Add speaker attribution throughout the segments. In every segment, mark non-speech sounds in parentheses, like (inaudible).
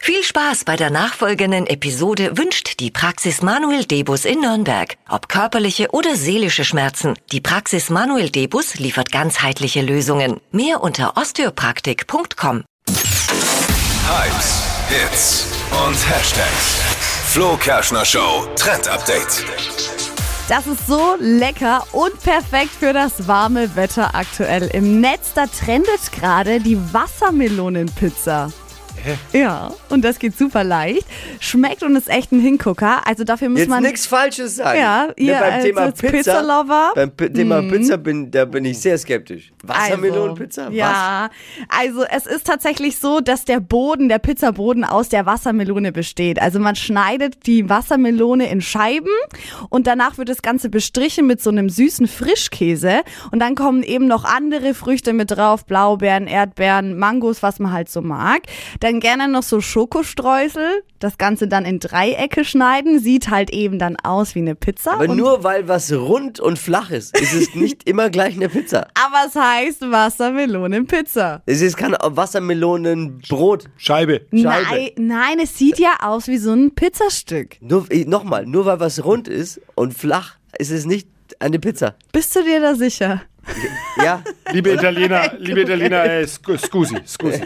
Speaker 1: Viel Spaß bei der nachfolgenden Episode wünscht die Praxis Manuel Debus in Nürnberg. Ob körperliche oder seelische Schmerzen, die Praxis Manuel Debus liefert ganzheitliche Lösungen. Mehr unter osteopraktik.com.
Speaker 2: Hypes, Hits und Hashtags. Flo Kerschner Show Trend Update.
Speaker 3: Das ist so lecker und perfekt für das warme Wetter aktuell. Im Netz, da trendet gerade die Wassermelonenpizza. Ja, und das geht super leicht. Schmeckt und ist echt ein Hingucker. Also dafür muss
Speaker 4: Jetzt
Speaker 3: man.
Speaker 4: nichts Falsches sagen.
Speaker 3: Ja,
Speaker 4: Ne,
Speaker 3: ihr
Speaker 4: beim
Speaker 3: als-
Speaker 4: Thema
Speaker 3: als
Speaker 4: Pizza,
Speaker 3: Pizza-Lover. Mhm.
Speaker 4: Beim P Thema Pizza bin, da bin ich sehr skeptisch. Wassermelonenpizza?
Speaker 3: Also, ja, also es ist tatsächlich so, dass der Boden, der Pizzaboden aus der Wassermelone besteht. Also man schneidet die Wassermelone in Scheiben und danach wird das Ganze bestrichen mit so einem süßen Frischkäse und dann kommen eben noch andere Früchte mit drauf, Blaubeeren, Erdbeeren, Mangos, was man halt so mag. Dann gerne noch so Schokostreusel, das Ganze dann in Dreiecke schneiden, sieht halt eben dann aus wie eine Pizza.
Speaker 4: Aber
Speaker 3: und
Speaker 4: nur weil was rund und flach ist, ist
Speaker 3: (laughs)
Speaker 4: es nicht immer gleich eine Pizza.
Speaker 3: aber es heißt Wassermelonenpizza.
Speaker 4: Es ist kein Wassermelonenbrot.
Speaker 5: Scheibe.
Speaker 4: Scheibe.
Speaker 3: Nein, nein, es sieht ja aus wie so ein Pizzastück.
Speaker 4: Nur, eh, nochmal, nur weil was rund ist und flach, ist es nicht eine Pizza.
Speaker 3: Bist du dir da sicher?
Speaker 4: Ja,
Speaker 3: (laughs)
Speaker 5: Liebe Italiener, liebe Italiener, äh, scu- scusi, scusi.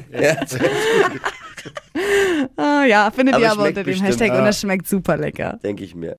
Speaker 3: Ah, ja, findet
Speaker 4: Aber
Speaker 3: ihr aber
Speaker 4: schmeckt
Speaker 3: unter dem
Speaker 4: bestimmt,
Speaker 3: Hashtag und
Speaker 5: ja.
Speaker 3: es schmeckt super lecker.
Speaker 4: denke ich mir.